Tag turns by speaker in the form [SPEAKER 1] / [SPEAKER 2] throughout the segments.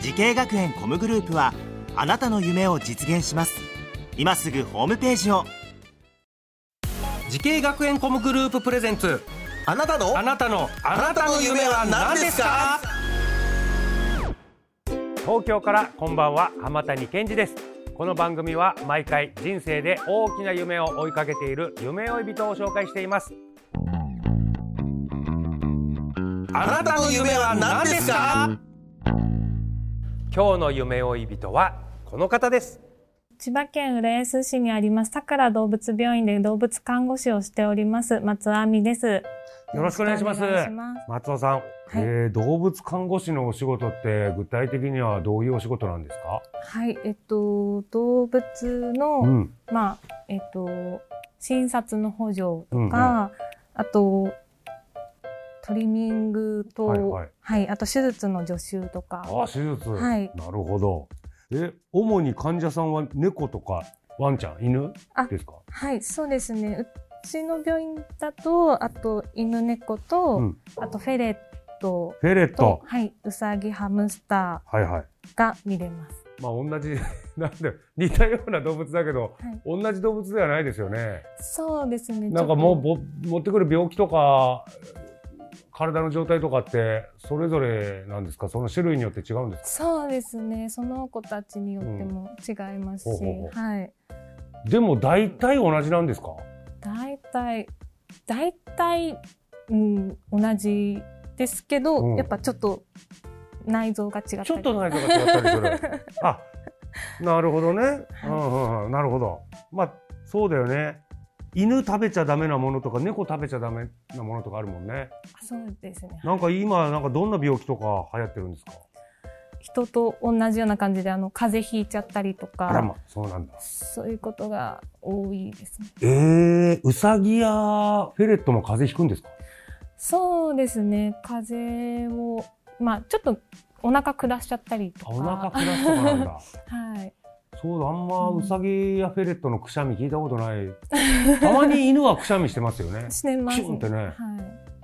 [SPEAKER 1] 時系学園コムグループはあなたの夢を実現します今すぐホームページを
[SPEAKER 2] 時系学園コムグループプレゼンツ
[SPEAKER 3] あなたの
[SPEAKER 2] あなたのあなたの夢は何ですか東京からこんばんは浜谷健二ですこの番組は毎回人生で大きな夢を追いかけている夢追い人を紹介しています
[SPEAKER 3] あなたの夢は何ですか
[SPEAKER 2] 今日の夢追い人はこの方です
[SPEAKER 4] 千葉県浦安市にあります、さくら動物病院で動物看護師をしております、松尾亜美です。
[SPEAKER 2] よろしくお願いします
[SPEAKER 4] よろくお願いしま
[SPEAKER 2] 松尾さん、えー動物看護師のお仕事って具体的にはどういうお仕事なんですか、
[SPEAKER 4] すはい、えっと、動物の、
[SPEAKER 2] うん、
[SPEAKER 4] まあ、えっと、診察の補助とか、
[SPEAKER 2] うんうん
[SPEAKER 4] あと、トリミングと、
[SPEAKER 2] は
[SPEAKER 4] はいい、
[SPEAKER 2] はい
[SPEAKER 4] あと手術の助手とか、
[SPEAKER 2] あ手術、
[SPEAKER 4] はい
[SPEAKER 2] なるほどえ主に患者さんは猫とかワンちゃん犬
[SPEAKER 4] あ
[SPEAKER 2] ですか
[SPEAKER 4] はい、そうですね。うちの病院だと、あと犬猫と、
[SPEAKER 2] うん
[SPEAKER 4] あとフェレット
[SPEAKER 2] フェレッ
[SPEAKER 4] と
[SPEAKER 2] ト、
[SPEAKER 4] はい、ウサギ、ハムスタ
[SPEAKER 2] はいはい
[SPEAKER 4] ーが見れます。
[SPEAKER 2] まあ同じ なんだよ似たような動物だけど、
[SPEAKER 4] はい
[SPEAKER 2] 同じ動物ではないですよね
[SPEAKER 4] そうですね。
[SPEAKER 2] なんかもう
[SPEAKER 4] ちょっ
[SPEAKER 2] ぼ持ってくる病気とか体の状態とかってそれぞれなんですかその種類によって違うんです
[SPEAKER 4] と
[SPEAKER 2] か
[SPEAKER 4] そうですね。その子たちによっても違いますし、
[SPEAKER 2] ほうほうほう
[SPEAKER 4] はい。
[SPEAKER 2] でも大体同じなんですか
[SPEAKER 4] 大体、大体、うん、同じですけど、
[SPEAKER 2] うん
[SPEAKER 4] やっぱちょっと内臓が違ったり。
[SPEAKER 2] ちょっと内臓が違ったりする。 あ、なるほどね。うんうんうん、なるほど。まあ、そうだよね。犬食べちゃダメなものとか、猫食べちゃダメなものとかあるもんね。
[SPEAKER 4] そうですね。
[SPEAKER 2] なんか今、なんかどんな病気とか流行ってるんですか。
[SPEAKER 4] 人と同じような感じで、あの、風邪ひいちゃったりと
[SPEAKER 2] あら
[SPEAKER 4] か、
[SPEAKER 2] ま、そうなんだ。
[SPEAKER 4] そういうことが多いですね。
[SPEAKER 2] ええうさぎやフェレットも風邪ひくんですか。
[SPEAKER 4] そうですね。風邪を、まあ、ちょっとお腹下しちゃったりと
[SPEAKER 2] あ
[SPEAKER 4] か。
[SPEAKER 2] お腹下すとかなんだ。
[SPEAKER 4] はい。
[SPEAKER 2] そうだ、あんま
[SPEAKER 4] うん
[SPEAKER 2] うさぎやフェレットのくしゃみ聞いたことない。たまに犬はくしゃみしてますよね。
[SPEAKER 4] してます、
[SPEAKER 2] シュンってね
[SPEAKER 4] はい。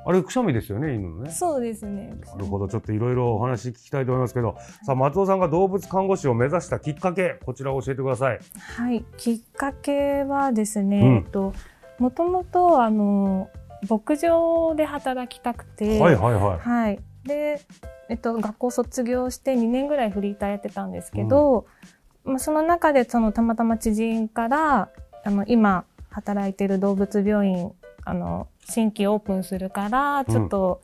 [SPEAKER 2] あれくしゃみですよね、犬のね。
[SPEAKER 4] そうですね。
[SPEAKER 2] なるほど、ちょっといろいろお話聞きたいと思いますけど、さあ、松尾さんが動物看護師を目指したきっかけ、こちらを教えてください。
[SPEAKER 4] はい。きっかけはですね、
[SPEAKER 2] うん
[SPEAKER 4] えっと、もともと、あの、牧場で働きたくて、
[SPEAKER 2] はいはいはい。
[SPEAKER 4] はい。で、えっと、学校卒業して2年ぐらいフリーターやってたんですけど、まあ、その中で、その、たまたま知人から、あの、今、働いてる動物病院、あの、新規オープンするから、ちょっと、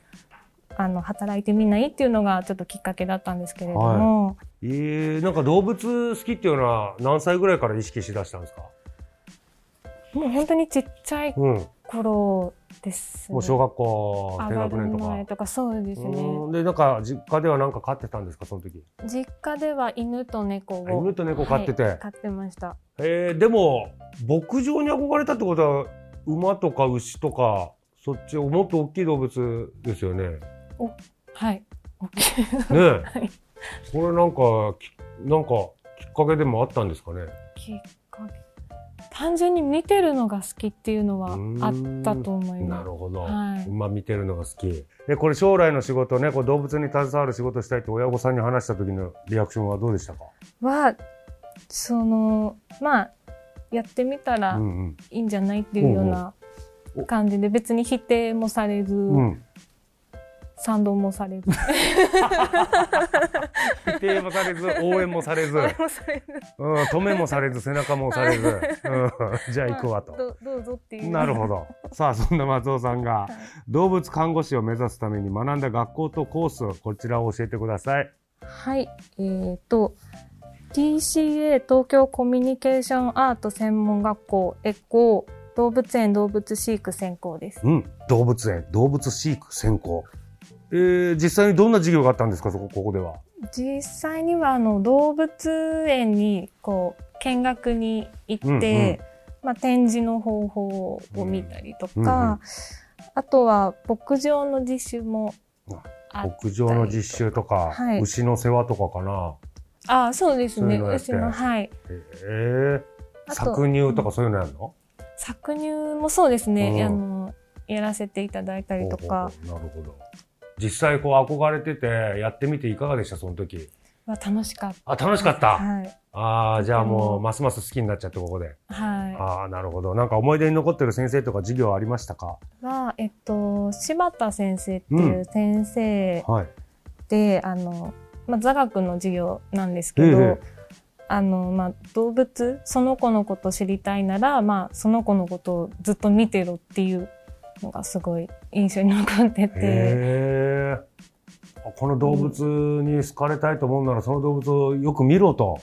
[SPEAKER 4] あの、働いてみないっていうのが、ちょっときっかけだったんですけれども、
[SPEAKER 2] えー、なんか動物好きっていうのは何歳ぐらいから意識しだしたんですか
[SPEAKER 4] もう本当にちっちゃい
[SPEAKER 2] うん。
[SPEAKER 4] 頃です、ね。
[SPEAKER 2] もう小学校、低
[SPEAKER 4] 上
[SPEAKER 2] 学
[SPEAKER 4] がる
[SPEAKER 2] 年と
[SPEAKER 4] 前
[SPEAKER 2] か。
[SPEAKER 4] とか、そうですね。
[SPEAKER 2] うんで、なんか実家ではなんか飼ってたんですか、その時。
[SPEAKER 4] 実家では犬と猫を。
[SPEAKER 2] 犬と猫飼ってて。
[SPEAKER 4] はい飼ってました。
[SPEAKER 2] えー、でも、牧場に憧れたってことは、馬とか牛とか、そっち、もっと大きい動物ですよね。
[SPEAKER 4] はい。
[SPEAKER 2] ねえ、
[SPEAKER 4] い
[SPEAKER 2] これなんかきなんかきっかけでもあったんですかね
[SPEAKER 4] きっかけ。単純に見てるのが好きっていうのはあったと思い
[SPEAKER 2] な
[SPEAKER 4] ま
[SPEAKER 2] るほど、
[SPEAKER 4] はい
[SPEAKER 2] 馬見てるのが好きえこれ将来の仕事ねこう動物に携わる仕事したいって親御さんに話した時のリアクションはどうでしたか
[SPEAKER 4] す。は、その、まあ、やってみたら
[SPEAKER 2] うん
[SPEAKER 4] いいんじゃないっていうような
[SPEAKER 2] うんお
[SPEAKER 4] 感じで、別に否定もされず、
[SPEAKER 2] うん、うん、
[SPEAKER 4] 賛同もされず。
[SPEAKER 2] 否定もされず応援もさ れず、
[SPEAKER 4] 賛同もされず
[SPEAKER 2] うん、止めもされず背中も押されず、うん、じゃあ行くわと。
[SPEAKER 4] どどうぞっていう。
[SPEAKER 2] なるほど。さあ、そんな松尾さんが
[SPEAKER 4] い
[SPEAKER 2] 動物看護師を目指すために学んだ学校とコースをこちらを教えてください。
[SPEAKER 4] はい、えー、と、TCA 東京コミュニケーションアート専門学校エコー動物園動物飼育専攻です。
[SPEAKER 2] うん、動物園、動物飼育専攻。えー、実際にどんな授業があったんですか、そこ、ここでは。
[SPEAKER 4] 実際にはあの動物園にこう見学に行っ
[SPEAKER 2] う
[SPEAKER 4] て、
[SPEAKER 2] んうん
[SPEAKER 4] まあ、展示の方法を見たりとか、
[SPEAKER 2] うんうんうん
[SPEAKER 4] あとは牧場の実習もあったりとか
[SPEAKER 2] 牧場の実習とか、
[SPEAKER 4] はい
[SPEAKER 2] 牛の世話とかかな。
[SPEAKER 4] あそうです
[SPEAKER 2] そ
[SPEAKER 4] ね
[SPEAKER 2] ういうのやって
[SPEAKER 4] 牛のはい
[SPEAKER 2] えー、
[SPEAKER 4] あと
[SPEAKER 2] 搾乳とかそういうのやるの、
[SPEAKER 4] 搾乳もそうですね、
[SPEAKER 2] うん
[SPEAKER 4] あのやらせていただいたりとか
[SPEAKER 2] ほうほうほうなるほど。実際こう憧れてて、やってみていかがでした、その時。
[SPEAKER 4] は楽しかっ。
[SPEAKER 2] あ、楽しかったた。
[SPEAKER 4] はい
[SPEAKER 2] ああ、じゃあも
[SPEAKER 4] う
[SPEAKER 2] う、
[SPEAKER 4] ん
[SPEAKER 2] ますます好きになっちゃって、ここで。
[SPEAKER 4] は
[SPEAKER 2] ああ、なるほど。なんか思い出に残ってる先生とか授業ありましたか
[SPEAKER 4] い、はえっと柴田先生っていう先生
[SPEAKER 2] はい。
[SPEAKER 4] で、あの、まあ、座学の授業なんですけど、
[SPEAKER 2] ええ
[SPEAKER 4] あの、まあ、動物、その子のこと知りたいなら、まあ、その子のことをずっと見てろっていうのがすごい印象に残って
[SPEAKER 2] へ
[SPEAKER 4] て、
[SPEAKER 2] え。あこの動物に好かれたいと思うなら、その動物をよく見ろと。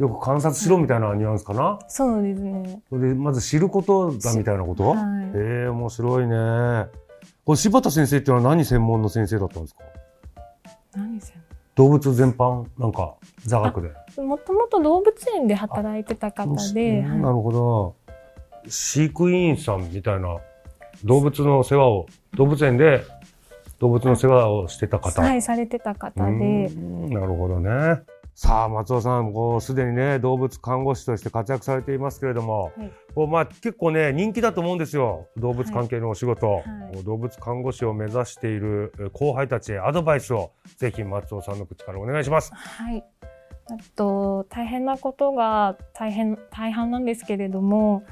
[SPEAKER 2] よく観察しろみたいなニュアンスかな、
[SPEAKER 4] そうですね。
[SPEAKER 2] それで、まず知ることだみたいなこと、
[SPEAKER 4] はい
[SPEAKER 2] へえ、面白いね。これ柴田先生っていうのは何専門の先生だったんですか
[SPEAKER 4] 何ですよ
[SPEAKER 2] 動物全般、なんか、座学で。
[SPEAKER 4] もともと動物園で働いてた方で、
[SPEAKER 2] うんな
[SPEAKER 4] はい
[SPEAKER 2] るほど。飼育委員さんみたいな、動物の世話を、動物園で動物の世話をしてた方。
[SPEAKER 4] はい、されてた方
[SPEAKER 2] う
[SPEAKER 4] で、
[SPEAKER 2] んなるほどね。さあ、松尾さん、こう、すでにね、動物看護師として活躍されていますけれども、
[SPEAKER 4] はい
[SPEAKER 2] こうまあ、結構ね、人気だと思うんですよ。動物関係のお仕事。
[SPEAKER 4] いはい
[SPEAKER 2] こう動物看護師を目指しているえ後輩たちへアドバイスを、ぜひ松尾さんの口からお願いします。
[SPEAKER 4] はい。あと、大変なことが大変、大半なんですけれども、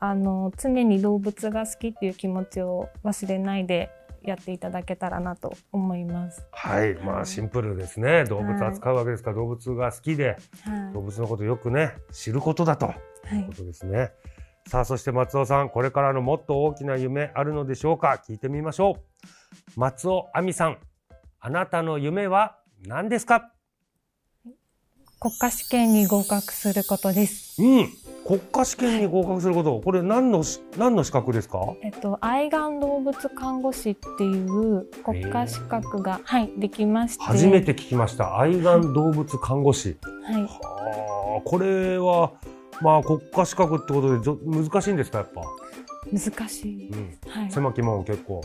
[SPEAKER 4] あの、常に動物が好きっていう気持ちを忘れないでやっていただけたらなと思います。
[SPEAKER 2] はい、まあ、シンプルですね。動物扱うわけですから、動物が好きで、動
[SPEAKER 4] は
[SPEAKER 2] 物のことよくね知ることだと
[SPEAKER 4] い。は
[SPEAKER 2] いう
[SPEAKER 4] い
[SPEAKER 2] こ。とですね、さあそして松尾さんこれからのもっと大きな夢あるのでしょうか聞いてみましょう松尾亜美さんあなたの夢は何ですか
[SPEAKER 4] 国家試験に合格することです。
[SPEAKER 2] うん国家試験に合格すること、これ何のし何の資格ですか
[SPEAKER 4] えっと、愛玩動物看護師っていう国家資格が、はい、できまして。
[SPEAKER 2] 初めて聞きました愛玩動物看護師
[SPEAKER 4] はい。
[SPEAKER 2] はあこれはまあ国家資格ってことでぞ難しいんですかやっぱ、
[SPEAKER 4] 難しい。
[SPEAKER 2] うん、
[SPEAKER 4] はい。
[SPEAKER 2] 狭き門結構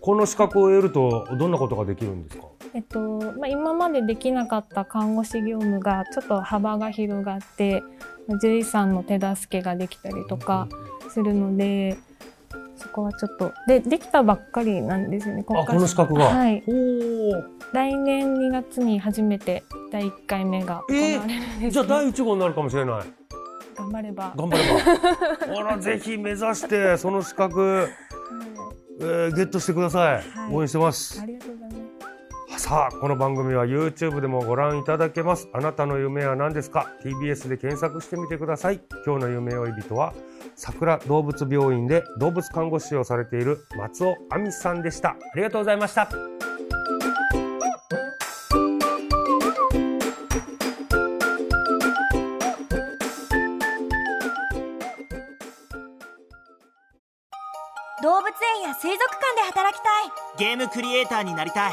[SPEAKER 2] この資格を得るとどんなことができるんですか
[SPEAKER 4] えっとまあ、今までできなかった看護師業務がちょっと幅が広がって獣医さんの手助けができたりとかするのでそこはちょっとでできたばっかりなんですよね
[SPEAKER 2] あこの資格が、
[SPEAKER 4] はい
[SPEAKER 2] ほう
[SPEAKER 4] 来年2月に初めて第1回目が行われるんですけど、
[SPEAKER 2] じゃあ第1号になるかもしれない
[SPEAKER 4] 頑張れば、
[SPEAKER 2] 頑張れば ほらぜひ目指してその資格、えーゲットしてください、
[SPEAKER 4] はい
[SPEAKER 2] 応援してます、
[SPEAKER 4] ありがとうございます
[SPEAKER 2] さあこの番組は YouTube でもご覧いただけますあなたの夢は何ですか TBS で検索してみてください今日の夢追い人は桜動物病院で動物看護師をされている松尾亜美さんでしたありがとうございました
[SPEAKER 5] 動物園や水族館で働きたい
[SPEAKER 1] ゲームクリエイターになりたい